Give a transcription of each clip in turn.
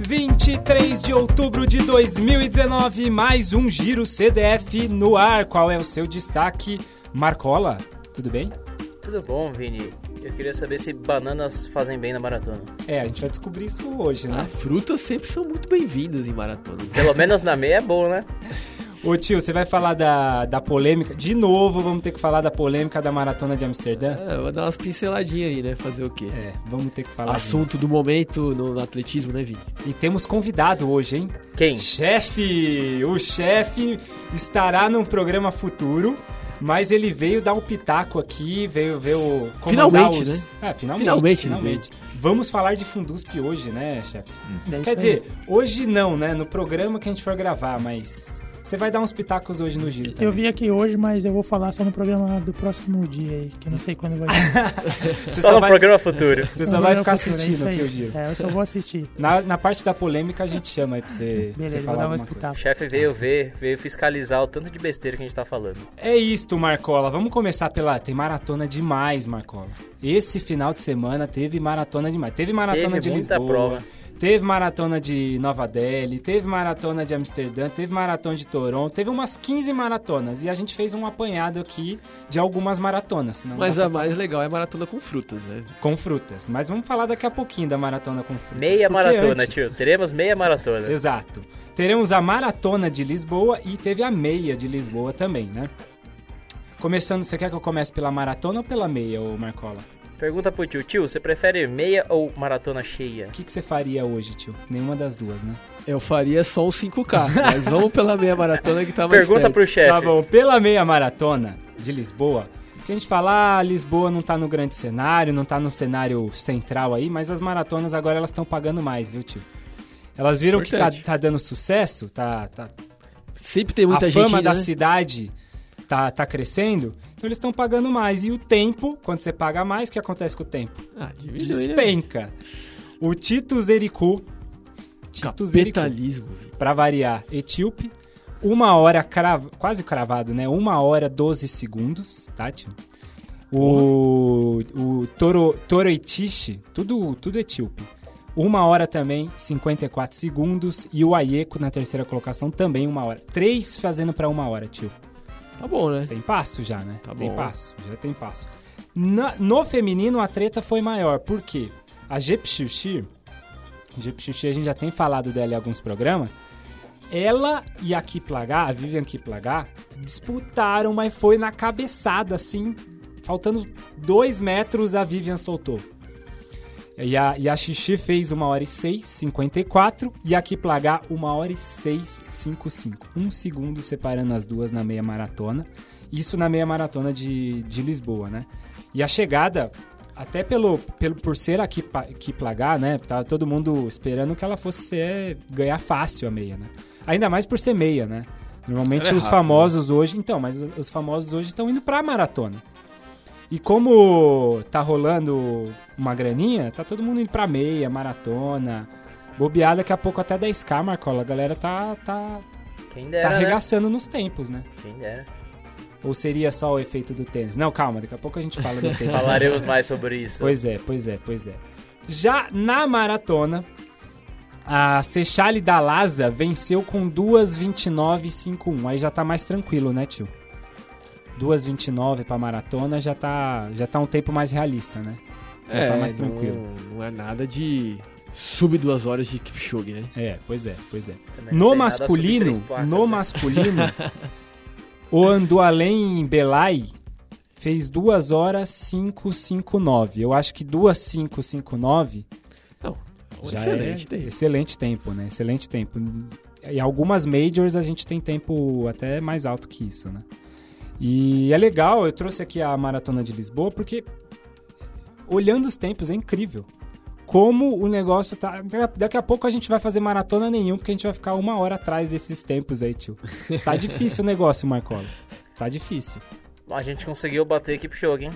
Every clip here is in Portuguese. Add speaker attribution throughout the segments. Speaker 1: 23 de outubro de 2019, mais um Giro CDF no ar. Qual é o seu destaque? Marcola, tudo bem?
Speaker 2: Tudo bom, Vini? Eu queria saber se bananas fazem bem na maratona.
Speaker 1: É, a gente vai descobrir isso hoje,
Speaker 3: Ah,
Speaker 1: né?
Speaker 3: frutas sempre são muito bem-vindas em maratonas. né?
Speaker 2: Pelo menos na meia é bom, né?
Speaker 1: Ô tio, você vai falar da, da polêmica? De novo, vamos ter que falar da polêmica da maratona de Amsterdã?
Speaker 3: É, vou dar umas pinceladinhas aí, né? Fazer o quê?
Speaker 1: É, vamos ter que falar.
Speaker 3: Assunto do momento no, no atletismo, né, Vini?
Speaker 1: disso. E temos convidado hoje, hein?
Speaker 2: Quem?
Speaker 1: Chefe! O chefe estará num programa futuro, mas ele veio dar o pitaco aqui, veio ver o. comandar
Speaker 3: Finalmente,
Speaker 1: os... né? É, finalmente.
Speaker 3: Finalmente ele
Speaker 1: finalmente. Vamos falar de Fundusp hoje, né, chefe?
Speaker 4: Hum. É
Speaker 1: Quer dizer, hoje não, né? No programa que a gente for gravar, mas. Você vai dar uns pitacos hoje no giro. Também.
Speaker 4: Eu vim aqui hoje, mas eu vou falar só no programa do próximo dia aí, que eu não sei quando vai ser.
Speaker 1: Você
Speaker 2: Só
Speaker 1: só
Speaker 2: no
Speaker 1: vai,
Speaker 2: um programa futuro.
Speaker 1: você
Speaker 4: No
Speaker 1: só vai ficar
Speaker 4: programa futuro, é
Speaker 1: assistindo
Speaker 4: isso
Speaker 1: aqui
Speaker 4: aí.
Speaker 1: o giro.
Speaker 4: É, eu só vou assistir.
Speaker 1: Na, na parte da polêmica a gente chama aí pra você, pra você
Speaker 4: Beleza, vou
Speaker 1: falar
Speaker 4: dar um
Speaker 1: alguma coisa.
Speaker 2: O
Speaker 4: espetáculo.
Speaker 2: chefe veio ver, veio fiscalizar o tanto de besteira que a gente tá falando.
Speaker 1: É isto, Marcola. Vamos começar pela. Tem maratona demais, Marcola. Esse final de semana teve maratona demais. Teve maratona
Speaker 2: Teve
Speaker 1: de
Speaker 2: muita
Speaker 1: Lisboa.
Speaker 2: prova.
Speaker 1: Teve maratona de Nova Delhi, teve maratona de Amsterdã, teve maratona de Toronto, teve umas 15 maratonas. E a gente fez um apanhado aqui de algumas maratonas. senão não
Speaker 3: Mas
Speaker 1: dá
Speaker 3: a mais legal é maratona com frutas, né?
Speaker 1: pra- Com frutas. Mas vamos falar daqui a pouquinho da maratona com frutas. porque
Speaker 2: Meia maratona,
Speaker 1: antes-
Speaker 2: tio. Teremos meia maratona.
Speaker 1: Exato. Teremos a maratona de Lisboa e teve a meia de Lisboa também, né? Começando, você quer que eu comece pela maratona ou pela meia, ô Marcola?
Speaker 2: Pergunta pro tio, tio, você prefere meia ou maratona cheia?
Speaker 1: O que, que você faria hoje, tio? Nenhuma das duas, né?
Speaker 3: Eu faria só um 5K, mas vamos pela meia maratona que tá mais
Speaker 2: Pergunta
Speaker 3: perto.
Speaker 2: pro chefe.
Speaker 1: Tá bom, pela meia maratona de Lisboa, que a gente fala, ah, Lisboa não tá no grande cenário, não tá no cenário central aí, mas as maratonas agora elas estão pagando mais, viu, tio? Elas viram que
Speaker 3: Importante.
Speaker 1: tá, tá dando sucesso, tá, tá,
Speaker 3: Sempre tem muita
Speaker 1: a
Speaker 3: gente,
Speaker 1: fama da
Speaker 3: né?
Speaker 1: cidade tá, tá crescendo, então eles estão pagando mais. E o tempo, quando você paga mais, o que acontece com o tempo?
Speaker 3: Ah, diminui, né?
Speaker 1: Despenca. O Tito Zericu, Tito Zericu,
Speaker 3: Capitalismo, Vini.
Speaker 1: pra variar, etíope, uma hora, crava, quase cravado, né? Uma hora, 12 segundos, tá, tio? O, o Toro, Toroitishi, tudo, tudo etíope. Uma hora também, 54 segundos. E o Aieco na terceira colocação também, uma hora. Três fazendo pra uma hora, tio.
Speaker 3: Tá bom, né?
Speaker 1: Tem passo já, né?
Speaker 3: Tá
Speaker 1: tem
Speaker 3: bom.
Speaker 1: passo, já tem passo. Na- no feminino, a treta foi maior. Por quê? A Jepchuchir, Jepchuchir a gente já tem falado dela em alguns programas, ela e a Kiplagar, a Vivian Kiplagar, disputaram, mas foi na cabeçada, assim, faltando dois metros, a Vivian soltou. E a, e a Xixi fez 1 hora e 6, 54. E a Kiplagar, 1 hora e 6, 55. Um segundo separando as duas na meia maratona. Isso na meia maratona de, de Lisboa, né? E a chegada, até pelo, pelo por ser a Kipa- Kiplagar, né? Tava todo mundo esperando que ela fosse ser- ganhar fácil a meia, né? Ainda mais por ser meia, né? Normalmente
Speaker 3: Ela é
Speaker 1: os
Speaker 3: rápida,
Speaker 1: famosos hoje... Então, mas os- os famosos hoje estão indo pra maratona. E como tá rolando uma graninha, tá todo mundo indo pra meia, maratona, bobear daqui a pouco até 10k, Marcola. A galera tá, tá,
Speaker 2: Quem
Speaker 1: tá
Speaker 2: dera, né?
Speaker 1: arregaçando nos tempos, né?
Speaker 2: Quem dera.
Speaker 1: Ou seria só o efeito do tênis? Não, calma, daqui a pouco a gente fala do tênis.
Speaker 2: Falaremos mais sobre isso.
Speaker 1: Pois é, pois é, pois é. Já na maratona, a Sechale da Laza venceu com 2:29,51. Aí já tá mais tranquilo, né, tio? 2:29 pra maratona já tá, já tá um tempo mais realista, né? Já tá mais
Speaker 3: É, não-
Speaker 1: tranquilo.
Speaker 3: Não, é nada de sub duas horas de Kipchoge, né?
Speaker 1: É, pois é, pois é.
Speaker 2: Também não
Speaker 1: No
Speaker 2: tem nada a subir
Speaker 1: masculino,
Speaker 2: três placas,
Speaker 1: no
Speaker 2: né?
Speaker 1: masculino, o Andualém Belay fez 2 horas 559. Eu acho que 2:559
Speaker 3: Não, é um
Speaker 1: Já
Speaker 3: excelente
Speaker 1: é
Speaker 3: tempo.
Speaker 1: Excelente tempo, né? Excelente tempo. Em algumas majors a gente tem tempo até mais alto que isso, né? E é legal, eu trouxe aqui a maratona de Lisboa porque olhando os tempos é incrível. Como o negócio tá. Daqui a pouco a gente vai fazer maratona nenhum, porque a gente vai ficar uma hora atrás desses tempos aí, tio. Tá difícil o negócio, Marcola. Tá difícil.
Speaker 2: né? A gente conseguiu bater Kipchoge, hein?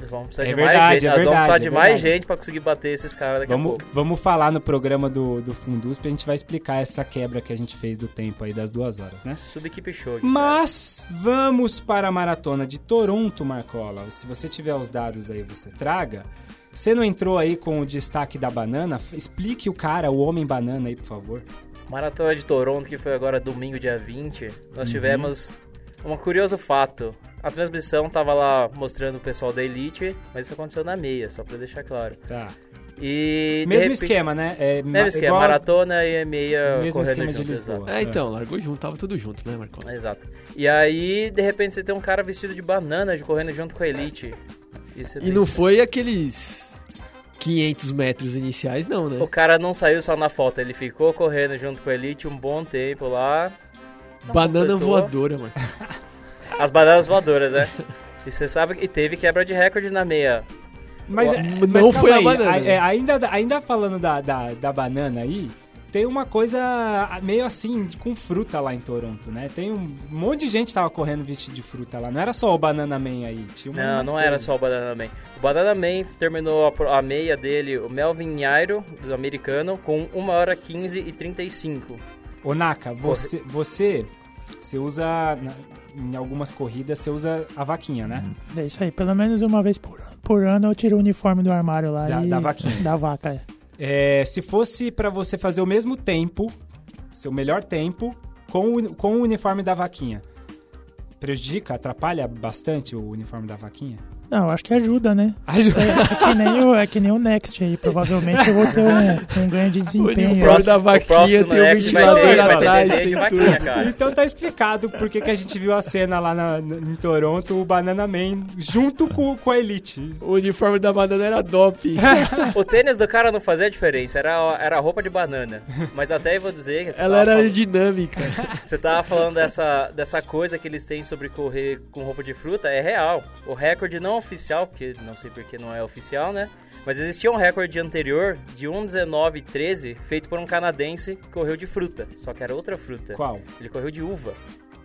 Speaker 2: Nós vamos precisar
Speaker 1: É
Speaker 2: de
Speaker 1: verdade,
Speaker 2: mais gente.
Speaker 1: é
Speaker 2: Nós vamos precisar
Speaker 1: verdade,
Speaker 2: de
Speaker 1: é
Speaker 2: mais
Speaker 1: verdade.
Speaker 2: gente pra conseguir bater esses caras daqui a
Speaker 1: Vamos,
Speaker 2: pouco.
Speaker 1: vamos falar no programa do, do Fundusp, a gente vai explicar essa quebra que a gente fez do tempo aí das duas horas, né?
Speaker 2: Sub Kipchoge. cara.
Speaker 1: Mas vamos para a maratona de Toronto, Marcola. Se você tiver os dados aí, você traga. Você não entrou aí com o destaque da banana? F- Explique o cara, o homem banana aí, por favor.
Speaker 2: Maratona de Toronto, que foi agora domingo, dia 20, nós tivemos um curioso fato. A transmissão tava lá mostrando o pessoal da Elite, mas isso aconteceu na meia, só pra deixar claro.
Speaker 1: Tá.
Speaker 2: E. de
Speaker 1: Mesmo
Speaker 2: repente-
Speaker 1: esquema, né? É, ma-
Speaker 2: Mesmo esquema,
Speaker 1: igual-
Speaker 2: maratona e meia
Speaker 1: Mesmo
Speaker 2: correndo
Speaker 1: esquema de
Speaker 2: junto,
Speaker 1: Lisboa.
Speaker 2: exato.
Speaker 1: É.
Speaker 3: É, então, largou junto, tava tudo junto, né, Marcão?
Speaker 2: Exato. E aí, de repente, você tem um cara vestido de banana de- correndo junto com a Elite. Isso é
Speaker 3: E
Speaker 2: bem
Speaker 3: não
Speaker 2: estranho.
Speaker 3: foi aqueles 500 metros iniciais, não, né?
Speaker 2: O cara não saiu só na foto, ele ficou correndo junto com a Elite um bom tempo lá. Não
Speaker 3: Banana
Speaker 2: completou.
Speaker 3: voadora, mano.
Speaker 2: As bananas voadoras, né? E você sabe que teve quebra de recorde na meia.
Speaker 1: Mas,
Speaker 3: Ó,
Speaker 1: é-
Speaker 3: não
Speaker 1: mas calma
Speaker 3: foi a
Speaker 1: aí,
Speaker 3: banana.
Speaker 1: é, ainda, ainda falando da, da, da banana aí, tem uma coisa meio assim, com fruta lá em Toronto, né? Tem um monte de gente que tava correndo vestido de fruta lá. Não era só o Banana Man aí. Tinha uma-
Speaker 2: Não,
Speaker 1: umas
Speaker 2: não era
Speaker 1: coisas.
Speaker 2: só o Banana Man. O Banana Man terminou a, pro- a meia dele, o Melvin Yairo, do americano, com 1 hora 15 e 35.
Speaker 1: Ô, Naka, você, você, você usa... na- em algumas corridas você usa a vaquinha, né?
Speaker 4: É isso aí, pelo menos uma vez por, por ano eu tiro o uniforme do armário lá.
Speaker 1: Da-
Speaker 4: e,
Speaker 1: da vaquinha.
Speaker 4: Da vaca, é.
Speaker 1: É, se fosse pra você fazer o mesmo tempo, seu melhor tempo, com o, uni- com o uniforme da vaquinha, prejudica, atrapalha bastante o uniforme da vaquinha?
Speaker 4: Não, eu acho que ajuda, né?
Speaker 1: Ajuda.
Speaker 4: É, é que nem o, é que nem o Next aí, provavelmente eu vou ter um, um ganho de
Speaker 3: O
Speaker 1: é
Speaker 4: desempenho.
Speaker 3: próximo- da vaquinha
Speaker 2: próximo
Speaker 3: tem um
Speaker 2: Next vai
Speaker 1: ventilador
Speaker 2: ter,
Speaker 1: lá
Speaker 2: vai ter
Speaker 3: atrás,
Speaker 2: desenho de
Speaker 3: tem
Speaker 2: vaquinha,
Speaker 3: tudo.
Speaker 2: cara.
Speaker 1: Então tá explicado porque que a gente viu a cena lá na- na- em Toronto, o Banana Man junto com, com a Elite.
Speaker 3: O uniforme da banana era doping.
Speaker 2: O tênis do cara não fazia diferença, era, era a roupa de banana. Mas até eu vou dizer que você
Speaker 3: Ela
Speaker 2: tava
Speaker 3: era
Speaker 2: falando-
Speaker 3: aerodinâmica.
Speaker 2: Você tava falando dessa, dessa coisa que eles têm sobre correr com roupa de fruta, é real. O recorde não é oficial, porque não sei porque não é oficial, né? Mas existia um recorde anterior de 1,19,13 feito por um canadense que correu de fruta. Só que era outra fruta.
Speaker 1: Qual?
Speaker 2: Ele correu de uva.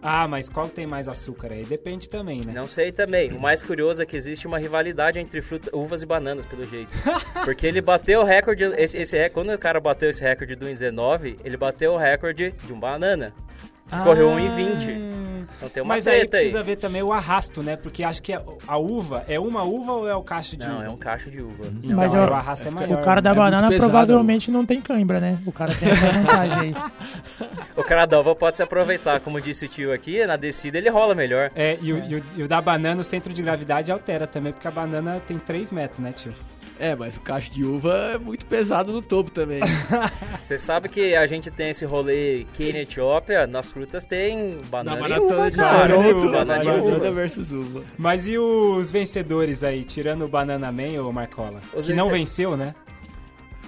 Speaker 1: Ah, mas qual tem mais açúcar aí? Depende também, né?
Speaker 2: Não sei também. O mais curioso é que existe uma rivalidade entre fruta, uvas e bananas, pelo jeito. Porque ele bateu o recorde. Esse, esse, rec- quando o cara bateu esse recorde do 1,19, ele bateu o recorde de um banana. Correu 1,20. Então tem uma
Speaker 1: Ah. Hum, Mas aí
Speaker 2: treta
Speaker 1: precisa ver também o arrasto, né? Porque acho que a, a uva é uma uva ou é o cacho de
Speaker 2: Não,
Speaker 1: uva?
Speaker 2: é um cacho de uva.
Speaker 1: Então,
Speaker 4: Mas
Speaker 1: aí
Speaker 4: eu-
Speaker 1: o arrasto é maior.
Speaker 4: O cara da
Speaker 3: é muito
Speaker 4: banana
Speaker 3: pesado.
Speaker 4: provavelmente não tem cãibra, né? O cara tem essa vantagem aí.
Speaker 2: O cara da uva pode se aproveitar, como disse o tio aqui, na descida ele rola melhor.
Speaker 1: É, e o, e o- e o da banana, o centro de gravidade altera também, porque a banana tem 3 metros, né, tio?
Speaker 3: É, mas o cacho de uva é muito pesado no topo também.
Speaker 2: Você sabe que a gente tem esse rolê Quênia Etiópia, nas frutas tem banana
Speaker 3: Na
Speaker 2: e uva,
Speaker 3: maratona de
Speaker 2: cara.
Speaker 1: Toronto,
Speaker 3: Toronto,
Speaker 2: banana e uva.
Speaker 3: banana versus uva.
Speaker 1: Mas e os vencedores aí, tirando o Banana Man ou Marcola?
Speaker 2: Os
Speaker 1: que não
Speaker 2: vence-
Speaker 1: venceu, né?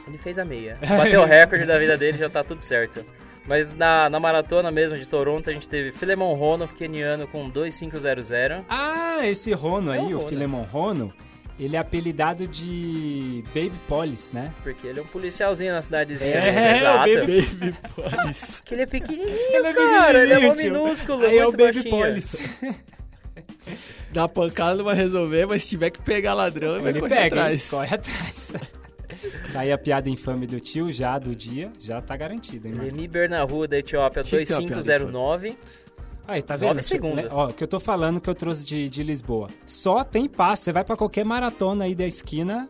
Speaker 2: Ele fez a meia.
Speaker 1: É
Speaker 2: Bateu o recorde da vida dele, já tá tudo certo. Mas na, na maratona mesmo de Toronto, a gente teve Filemon Rono, queniano, com 2500.
Speaker 1: Ah, esse Rono aí,
Speaker 2: É o
Speaker 1: o
Speaker 2: Rono.
Speaker 1: Filemon Rono, ele é apelidado de Baby Polis, né?
Speaker 2: Porque ele é um policialzinho na cidadezinha.
Speaker 1: É,
Speaker 2: né?
Speaker 1: o
Speaker 2: Exato.
Speaker 1: Baby-
Speaker 3: Baby boys.
Speaker 2: Que ele é pequenininho,
Speaker 1: Ele é
Speaker 2: cara. Ele é
Speaker 1: pequenininho,
Speaker 2: mó
Speaker 1: tio.
Speaker 2: minúsculo,
Speaker 1: Aí
Speaker 2: muito
Speaker 1: é o Baby
Speaker 2: baixinho.
Speaker 1: Polis.
Speaker 3: Dar pancada não vai resolver, mas se tiver que pegar ladrão, ele vai
Speaker 1: Ele
Speaker 3: correr
Speaker 1: pega,
Speaker 3: atrás.
Speaker 1: ele corre atrás. tá aí a piada infame do tio, já do dia, já tá garantida, hein, Marcola?
Speaker 2: Remy Bernarru da Etiópia,
Speaker 3: Tinha que ter uma
Speaker 1: né,
Speaker 3: piada
Speaker 2: 2509.
Speaker 1: Aí, tá vendo?
Speaker 2: Nove segundos.
Speaker 1: Ó, o que eu tô falando que eu trouxe de, de Lisboa. Só tem passo. Você vai pra qualquer maratona aí da esquina,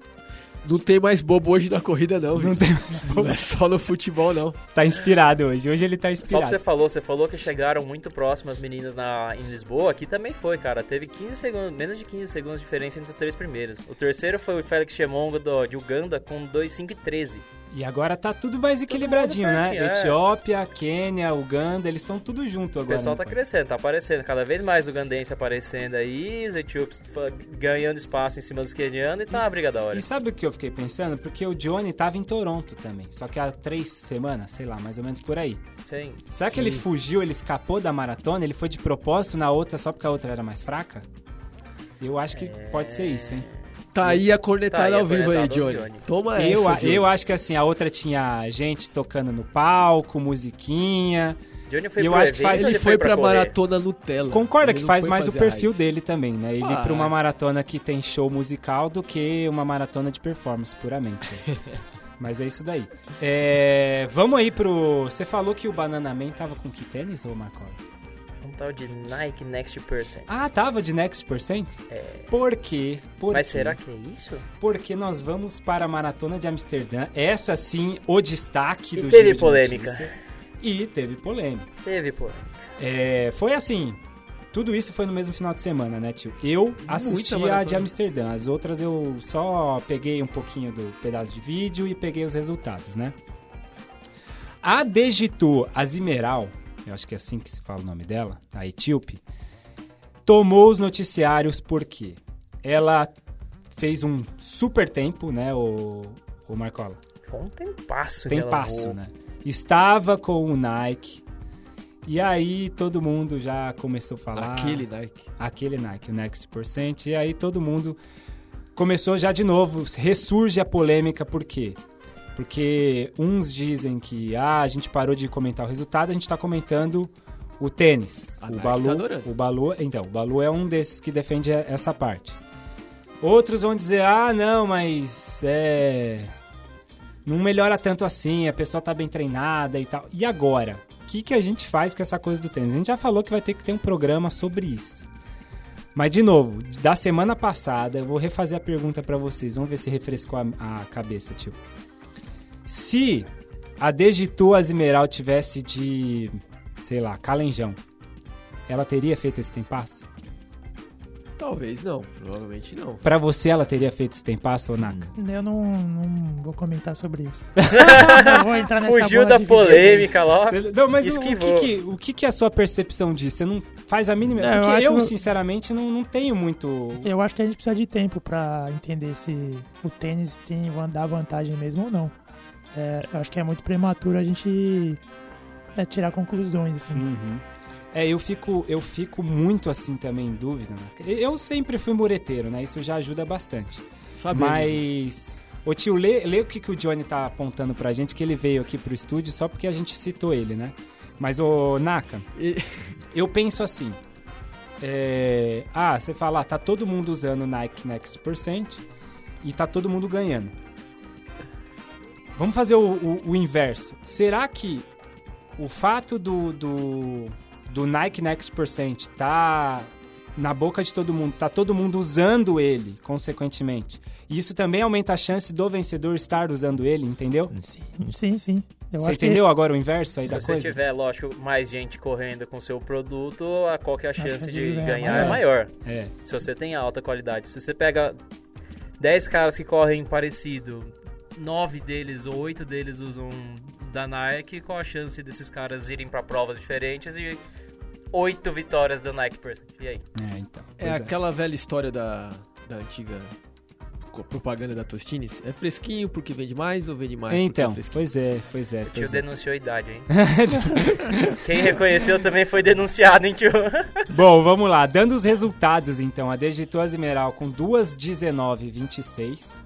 Speaker 3: Não tem mais bobo hoje na corrida, não.
Speaker 1: não
Speaker 3: viu?
Speaker 1: tem mais
Speaker 3: Não
Speaker 1: bobo.
Speaker 3: é só no futebol, não.
Speaker 1: Tá inspirado hoje. Hoje ele tá
Speaker 2: Só que
Speaker 1: inspirado.
Speaker 2: você falou, você falou que chegaram muito próximas as meninas na, em Lisboa. Aqui também foi, cara. Teve 15 segundos, menos de 15 segundos de diferença entre os três primeiros. O terceiro foi o Félix Chemongo do, de Uganda com 2,5 e 13.
Speaker 1: E agora tá tudo mais equilibradinho, né?
Speaker 2: pertinho, é.
Speaker 1: Etiópia, Quênia, Uganda, eles estão tudo junto
Speaker 2: O
Speaker 1: agora.
Speaker 2: pessoal
Speaker 1: não
Speaker 2: tá
Speaker 1: foi?
Speaker 2: crescendo, tá aparecendo. Cada vez mais o ugandense aparecendo aí, os etíopes fa- ganhando espaço em cima dos quenianos e tá uma briga da hora.
Speaker 1: E sabe o que eu fiquei pensando? Porque o Johnny tava em Toronto também. Só que há três semanas, sei lá, mais ou menos por aí.
Speaker 2: Sim.
Speaker 1: Será que ele fugiu, ele escapou da maratona? Ele foi de propósito na outra só porque a outra era mais fraca? Eu acho
Speaker 3: É.
Speaker 1: que pode ser isso, hein?
Speaker 3: Tá aí a cornetada
Speaker 2: Tá aí a
Speaker 3: ao vivo aí,
Speaker 2: cornetada ao
Speaker 3: Johnny.
Speaker 2: Johnny.
Speaker 3: Toma
Speaker 1: Eu,
Speaker 3: essa, Johnny.
Speaker 1: eu acho que assim, a outra tinha gente tocando no palco, musiquinha.
Speaker 2: Johnny foi
Speaker 1: Eu
Speaker 2: pro
Speaker 1: acho que
Speaker 2: evento,
Speaker 1: faz-
Speaker 2: ou
Speaker 3: Ele foi pra
Speaker 2: correr?
Speaker 3: maratona Nutella.
Speaker 1: Concorda
Speaker 3: Ele
Speaker 1: que
Speaker 3: não
Speaker 1: faz
Speaker 3: foi
Speaker 1: mais o
Speaker 3: fazer
Speaker 1: perfil
Speaker 3: raiz. Ah, é.
Speaker 1: dele também, né? Ele
Speaker 3: Faz.
Speaker 1: pra uma maratona que tem show musical do que uma maratona de performance, puramente. Mas é isso daí. É, vamos aí pro. Você falou que o Banana Man tava com que tênis ou Macola?
Speaker 2: Não Um tal de Nike Next Person.
Speaker 1: Ah, tava de Next Percent?
Speaker 2: É.
Speaker 1: Por quê? Por
Speaker 2: Mas
Speaker 1: quê?
Speaker 2: será que é isso?
Speaker 1: Porque nós vamos para a Maratona de Amsterdã. Essa sim, o destaque
Speaker 2: E
Speaker 1: do
Speaker 2: teve
Speaker 1: Giro de
Speaker 2: polêmica.
Speaker 1: Notícias. E teve polêmica.
Speaker 2: Teve, pô.
Speaker 1: É, foi assim. Tudo isso foi no mesmo final de semana, né, tio? Eu assisti a
Speaker 3: maratona.
Speaker 1: de Amsterdã. As outras eu só peguei um pouquinho do pedaço de vídeo e peguei os resultados, né? A Degitu Azimeral, eu acho que é assim que se fala o nome dela, a etíope, tomou os noticiários porque ela fez um super tempo, né, o, o Marcola?
Speaker 2: Foi um tempasso. que
Speaker 1: Tem
Speaker 2: ela
Speaker 1: passo,
Speaker 2: voou.
Speaker 1: né? Estava com o Nike. E aí todo mundo já começou a falar.
Speaker 3: Aquele Nike.
Speaker 1: Aquele Nike, o Next Percent. E aí todo mundo começou já de novo. Ressurge a polêmica, por quê? Porque uns dizem que ah, a gente parou de comentar o resultado, a gente está comentando o tênis.
Speaker 3: A
Speaker 1: o
Speaker 3: Nike
Speaker 1: Balu,
Speaker 3: tá adorando.
Speaker 1: o Balu, então, o Balu é um desses que defende a- essa parte. Outros vão dizer: "Ah, não, mas é não melhora tanto assim, a pessoa tá bem treinada e tal". E agora? O que que a gente faz com essa coisa do tênis? A gente já falou que vai ter que ter um programa sobre isso. Mas, de novo, da semana passada, eu vou refazer a pergunta pra vocês. Vamos ver se refrescou a, a cabeça, tio. Se a Degitu Azimeral tivesse de, sei lá, calenjão, ela teria feito esse tempasso?
Speaker 3: Talvez não, provavelmente não.
Speaker 1: Pra você, ela teria feito esse tempasso, Onaka?
Speaker 4: Eu não, não vou comentar sobre isso. Não vou entrar nessa
Speaker 2: Fugiu
Speaker 4: bola
Speaker 2: da
Speaker 4: de videogame.
Speaker 2: polêmica
Speaker 1: né?
Speaker 2: lá.
Speaker 1: Você- Não, mas o, o que
Speaker 2: Esquivou.
Speaker 1: que, o que que é a sua percepção disso? Você não faz a mínima...
Speaker 4: Não, eu
Speaker 1: Porque
Speaker 4: acho-
Speaker 1: eu, sinceramente, não, não tenho muito...
Speaker 4: Eu acho que a gente precisa de tempo pra entender se o tênis tem van- dá vantagem mesmo ou não. É, eu acho que é muito prematuro a gente é, tirar conclusões, assim.
Speaker 1: Uhum. É, eu fico, eu fico muito assim também em dúvida. Né? Eu sempre fui mureteiro, né? Isso já ajuda bastante.
Speaker 3: Sabemos.
Speaker 1: Mas. Ô tio, lê, lê o que, que o Johnny tá apontando pra gente, que ele veio aqui pro estúdio só porque a gente citou ele, né? Mas, ô Naka,
Speaker 3: E-
Speaker 1: eu penso assim. é, ah, você fala, ah, tá todo mundo usando Nike Next Percent e tá todo mundo ganhando. Vamos fazer o, o- o inverso. Será que o fato do, do, do Nike Next Percent tá na boca de todo mundo, tá todo mundo usando ele, consequentemente. E isso também aumenta a chance do vencedor estar usando ele, entendeu?
Speaker 4: Sim, sim. sim. Eu
Speaker 1: Você
Speaker 4: acho que-
Speaker 1: entendeu agora o inverso aí
Speaker 2: Se
Speaker 1: da
Speaker 2: você
Speaker 1: coisa?
Speaker 2: tiver, lógico, mais gente correndo com seu produto, a qual que a chance
Speaker 4: chance
Speaker 2: de
Speaker 4: de
Speaker 2: ganhar é
Speaker 4: ganhar
Speaker 2: maior.
Speaker 1: É.
Speaker 2: Se você tem alta qualidade. Se você pega 10 caras que correm parecido, 9 deles ou 8 deles usam da Nike, qual a chance desses caras irem pra provas diferentes e 8 vitórias da Nike por E aí?
Speaker 1: É, então.
Speaker 3: É
Speaker 1: Pois
Speaker 3: aquela velha história da, da antiga co- propaganda da Tostines. É fresquinho porque vende mais ou vende mais? porque
Speaker 1: Então,
Speaker 3: é fresquinho?
Speaker 1: pois é, pois é.
Speaker 2: O tio
Speaker 1: Pois é.
Speaker 2: denunciou a idade, hein? Quem reconheceu também foi denunciado, hein, tio?
Speaker 1: Bom, vamos lá. Dando os resultados, então. A Degitu Azimeral com 2,19,26.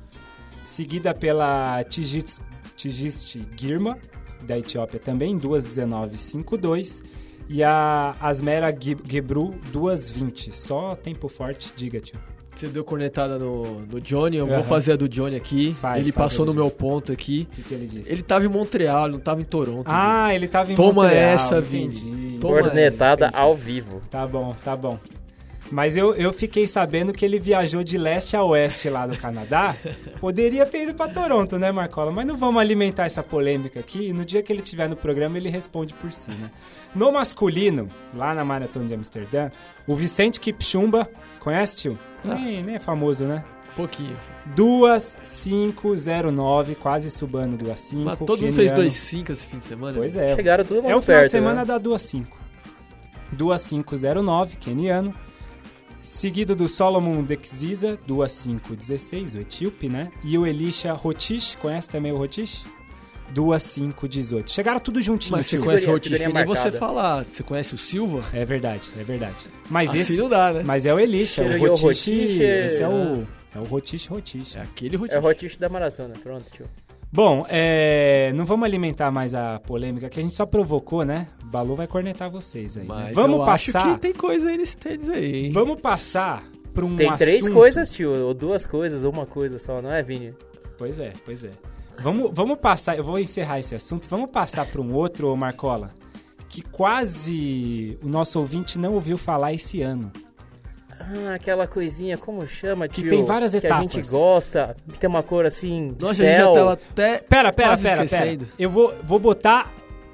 Speaker 1: Seguida pela Tigist Tigist Girma, da Etiópia também, 2,19,52. E a Asmera Ge- Gebru, 2,20. Só tempo forte, diga, tio.
Speaker 3: Você deu cornetada no, no Johnny, eu vou
Speaker 1: Aham.
Speaker 3: fazer a do Johnny aqui.
Speaker 1: Faz,
Speaker 3: ele
Speaker 1: faz
Speaker 3: passou
Speaker 1: a do
Speaker 3: no meu ponto aqui.
Speaker 1: O que, que ele disse?
Speaker 3: Ele tava em Montreal, ele não tava em Toronto.
Speaker 1: Ah, ele tava em
Speaker 3: Toma
Speaker 1: Montreal,
Speaker 3: essa, Vini.
Speaker 1: entendi.
Speaker 3: Toma essa.
Speaker 2: Cornetada ao vivo.
Speaker 1: Tá bom, tá bom. Mas eu, eu fiquei sabendo que ele viajou de leste a oeste lá no Canadá. Poderia ter ido pra Toronto, né, Marcola? Mas não vamos alimentar essa polêmica aqui. No dia que ele tiver no programa, ele responde por si, né? No masculino, lá na Maratona de Amsterdã, o Vicente Kipchumba, conhece, tio?
Speaker 3: Ah.
Speaker 1: Nem, nem é famoso, né?
Speaker 3: Um pouquinho. assim.
Speaker 1: 2,509, quase subando 2,5.
Speaker 3: Mas todo mundo fez
Speaker 1: queniano.
Speaker 3: 2,5 esse fim de semana. né?
Speaker 1: Pois é,
Speaker 2: Chegaram tudo
Speaker 1: é
Speaker 2: muito
Speaker 1: o final
Speaker 2: perto,
Speaker 1: de semana
Speaker 2: né?
Speaker 1: da 25. 2509, keniano. Seguido do Solomon Dexiza, 2516, o etíope, né? E o Elisha Rotish, conhece também o Rotish? 2518. Chegaram tudo juntinho.
Speaker 3: Mas você
Speaker 1: tio.
Speaker 3: conhece
Speaker 2: Figurinha-
Speaker 3: o Rotis, que nem
Speaker 2: figurinha
Speaker 3: você
Speaker 2: marcada.
Speaker 3: falar. Você conhece o Silva?
Speaker 1: É verdade, é verdade. Mas
Speaker 3: assim
Speaker 1: esse.
Speaker 3: não dá, né?
Speaker 1: Mas é o Elisha,
Speaker 2: Cheiro
Speaker 1: o
Speaker 2: e o
Speaker 1: Rotish.
Speaker 2: Rotish é-
Speaker 1: Esse é o. É o Rotish Rotish.
Speaker 3: É aquele
Speaker 2: É
Speaker 3: Rotis.
Speaker 2: o rotista da maratona, pronto, tio.
Speaker 1: Bom, é, não vamos alimentar mais a polêmica que a gente só provocou, né? O Balu vai cornetar vocês aí. né?
Speaker 3: Mas
Speaker 1: Vamos
Speaker 3: eu
Speaker 1: passar.
Speaker 3: acho que tem coisa aí nesse tênis aí, hein?
Speaker 1: Vamos passar para um
Speaker 2: Tem três
Speaker 1: assunto-
Speaker 2: coisas, tio, ou duas coisas, ou uma coisa só, não é, Vini?
Speaker 1: Pois é, pois é. Vamos, vamos passar, eu vou encerrar esse assunto. Vamos passar para um outro, ô Marcola, que quase o nosso ouvinte não ouviu falar esse ano.
Speaker 2: Ah, aquela coisinha, como chama,
Speaker 1: Que
Speaker 2: tio?
Speaker 1: tem várias
Speaker 2: que
Speaker 1: etapas.
Speaker 2: a gente gosta, que tem uma cor assim, de
Speaker 3: Nossa, eu
Speaker 2: céu.
Speaker 3: já tava até.
Speaker 1: Pera, pera,
Speaker 3: quase
Speaker 1: pera,
Speaker 3: esquecendo.
Speaker 1: pera. Eu vou, vou botar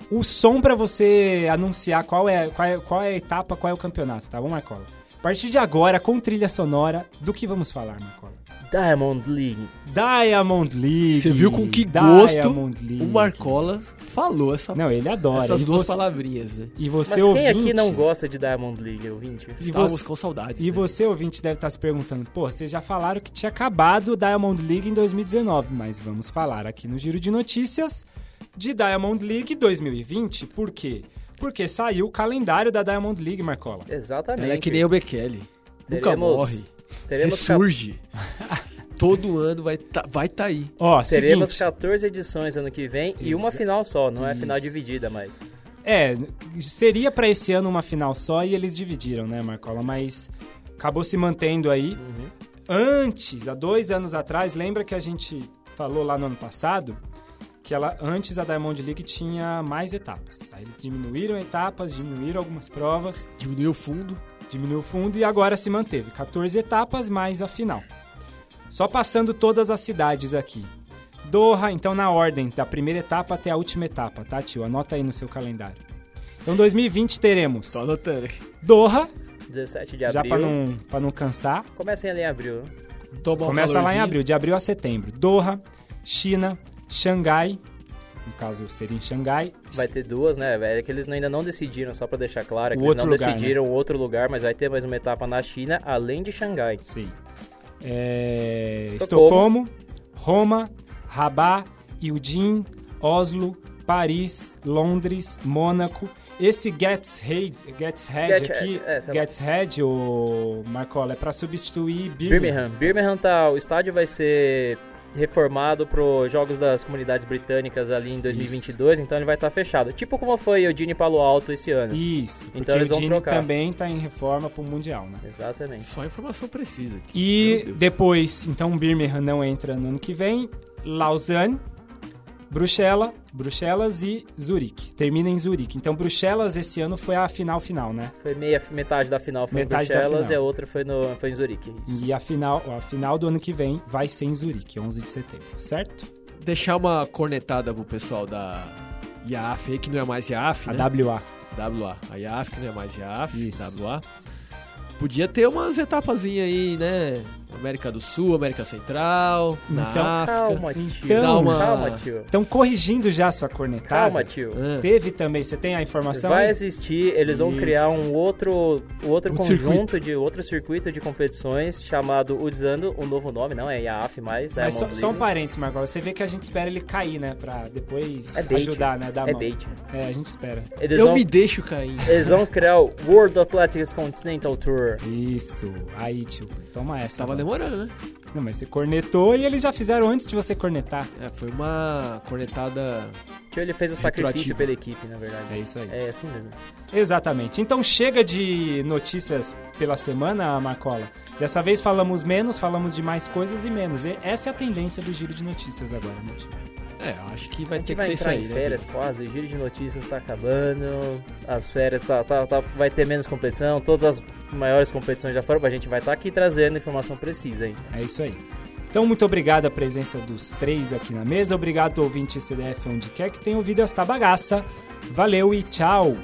Speaker 1: o som pra você anunciar qual é, qual, é, qual é a etapa, qual é o campeonato, tá bom, Marcola? A partir de agora, com trilha sonora, do que vamos falar, Marcola?
Speaker 2: Diamond League.
Speaker 1: Diamond League.
Speaker 3: Você viu com que gosto
Speaker 1: Diamond League.
Speaker 3: O Marcola falou essa,
Speaker 1: Não, ele adora.
Speaker 3: essas
Speaker 1: E
Speaker 3: duas
Speaker 1: você-
Speaker 3: palavrinhas, né?
Speaker 1: E
Speaker 2: Mas
Speaker 1: você
Speaker 2: quem
Speaker 1: ouvinte,
Speaker 2: aqui não gosta de Diamond League, ouvinte?
Speaker 3: Estávamos
Speaker 1: você-
Speaker 3: com saudades.
Speaker 1: E
Speaker 3: né?
Speaker 1: você, ouvinte, deve estar se perguntando, pô, vocês já falaram que tinha acabado o Diamond League em 2019, mas vamos falar aqui no Giro de Notícias de Diamond League 2020. Por quê? Porque saiu o calendário da Diamond League, Marcola.
Speaker 2: Exatamente.
Speaker 3: Ela é que nem o Bekele. Nunca
Speaker 2: Teremos-
Speaker 3: morre.
Speaker 2: Teremos, ca-
Speaker 3: Ressurge. Todo ano vai tá, vai tá aí.
Speaker 1: Ó,
Speaker 2: teremos
Speaker 1: seguinte,
Speaker 2: 14 edições ano que vem e uma
Speaker 1: Exa-
Speaker 2: final só, não é final
Speaker 1: Isso.
Speaker 2: dividida, mas...
Speaker 1: é, seria pra esse ano uma final só e eles dividiram, né, Marcola? Mas acabou se mantendo aí.
Speaker 2: Uhum.
Speaker 1: antes, há dois anos atrás, lembra que a gente falou lá no ano passado que ela antes a Diamond League tinha mais etapas. Aí eles diminuíram etapas, diminuíram algumas provas,
Speaker 3: Diminuiu o fundo.
Speaker 1: diminuiu o fundo e agora se manteve 14 etapas mais a final. Só passando todas as cidades aqui. Doha, então na ordem, da primeira etapa até a última etapa, tá, tio? Anota aí no seu calendário. Então 2020 teremos
Speaker 3: Só anotando.
Speaker 1: Doha,
Speaker 2: 17 de
Speaker 1: já
Speaker 2: abril.
Speaker 1: para não, pra não cansar.
Speaker 2: Comecem ali em abril.
Speaker 3: Toma um
Speaker 1: Começa lá em
Speaker 3: calorzinho.
Speaker 1: abril, de abril a setembro. Doha, China, Xangai, no caso seria em Xangai.
Speaker 2: Vai ter duas, né, velho? É que eles ainda não decidiram, só pra deixar claro. É que
Speaker 1: O
Speaker 2: eles
Speaker 1: outro
Speaker 2: não
Speaker 1: lugar, né?
Speaker 2: decidiram outro lugar, mas vai ter mais uma etapa na China, além de Xangai.
Speaker 1: Sim. É,
Speaker 2: Estocolmo.
Speaker 1: Estocolmo, Roma, Rabat, Udine, Oslo, Paris, Londres, Mônaco. Esse Gets Head, Gets Head
Speaker 2: Get-
Speaker 1: aqui,
Speaker 2: é, sei lá.
Speaker 1: Gets Head, o Marcola, é para substituir Birmingham.
Speaker 2: Birmingham. Birmingham tá. O estádio vai ser reformado pro Jogos das Comunidades Britânicas ali em 2022, então ele vai estar fechado. Tipo como foi o Dini Palo Alto esse ano.
Speaker 1: Isso, porque
Speaker 2: Então eles
Speaker 1: o
Speaker 2: vão
Speaker 1: Udine
Speaker 2: trocar.
Speaker 1: também tá em reforma pro Mundial, né?
Speaker 2: Exatamente.
Speaker 3: Só informação precisa aqui. Meu
Speaker 1: E
Speaker 3: Deus.
Speaker 1: depois, então Birmingham não entra no ano que vem, Lausanne, Bruxelas, Bruxelas e Zurique. Termina em Zurique. Então Bruxelas esse ano foi a final final, né?
Speaker 2: Foi meia metade da final foi
Speaker 1: Metade
Speaker 2: em
Speaker 1: da
Speaker 2: Bruxelas e a
Speaker 1: final.
Speaker 2: outra foi, no, foi em Zurique. Isso.
Speaker 1: E a final, a final do ano que vem vai ser em Zurique, 11 de setembro, certo?
Speaker 3: Deixar uma cornetada pro pessoal da IAF aí, que não é mais IAF,
Speaker 1: A
Speaker 3: né?
Speaker 1: WA.
Speaker 3: WA. A IAF, que não é mais IAF,
Speaker 1: Isso.
Speaker 3: WA. Podia ter umas etapazinhas aí, né? América do Sul, América Central, na
Speaker 1: Então,
Speaker 3: África.
Speaker 2: Calma, tio.
Speaker 1: Então-
Speaker 3: Dá uma-
Speaker 2: Calma, tio.
Speaker 1: Então corrigindo já a sua cornetada.
Speaker 2: Calma, tio.
Speaker 3: Ah,
Speaker 1: Teve também, você tem a informação?
Speaker 2: Vai
Speaker 1: aí?
Speaker 2: existir, eles vão
Speaker 1: Isso.
Speaker 2: criar um outro, um outro
Speaker 3: Um
Speaker 2: conjunto
Speaker 3: circuito.
Speaker 2: de outro circuito de competições chamado usando o novo nome, não é IAF mais,
Speaker 1: Mas
Speaker 2: Diamond
Speaker 1: só, só um
Speaker 2: League.
Speaker 1: parênteses, Marcola. Você vê que a gente espera ele cair, né? Pra depois
Speaker 2: É bait.
Speaker 1: ajudar, né? Dar a
Speaker 2: É
Speaker 1: mão.
Speaker 2: bait.
Speaker 1: É, a gente espera.
Speaker 2: Eles
Speaker 3: eu
Speaker 2: vão-
Speaker 3: me deixo cair.
Speaker 2: Eles vão criar o World Athletics Continental Tour.
Speaker 1: Isso. Aí, tio. Toma essa.
Speaker 3: Tava
Speaker 1: agora.
Speaker 3: demorando, né?
Speaker 1: Não, mas você cornetou e eles já fizeram antes de você cornetar.
Speaker 3: É, foi uma cornetada
Speaker 2: Tio, ele fez o sacrifício pela equipe, na verdade.
Speaker 1: É isso aí.
Speaker 2: É assim mesmo.
Speaker 1: Exatamente. Então chega de notícias pela semana, Marcola. Dessa vez falamos menos, falamos de mais coisas e menos. E essa é a tendência do giro de notícias agora, né? meu tio.
Speaker 3: É, eu acho que
Speaker 2: A
Speaker 3: vai
Speaker 2: gente
Speaker 3: ter que
Speaker 2: vai
Speaker 3: ser isso
Speaker 2: entrar
Speaker 3: aí,
Speaker 2: em
Speaker 3: né?
Speaker 2: férias quase, o giro de notícias tá acabando, as férias tá, tá, tá- vai ter menos competição, todas as maiores competições já foram, mas a gente vai estar aqui trazendo informação precisa, hein?
Speaker 1: É isso aí. Então, muito obrigado a presença dos três aqui na mesa. Obrigado, ouvinte CDF, onde quer que tenha ouvido esta bagaça. Valeu e tchau!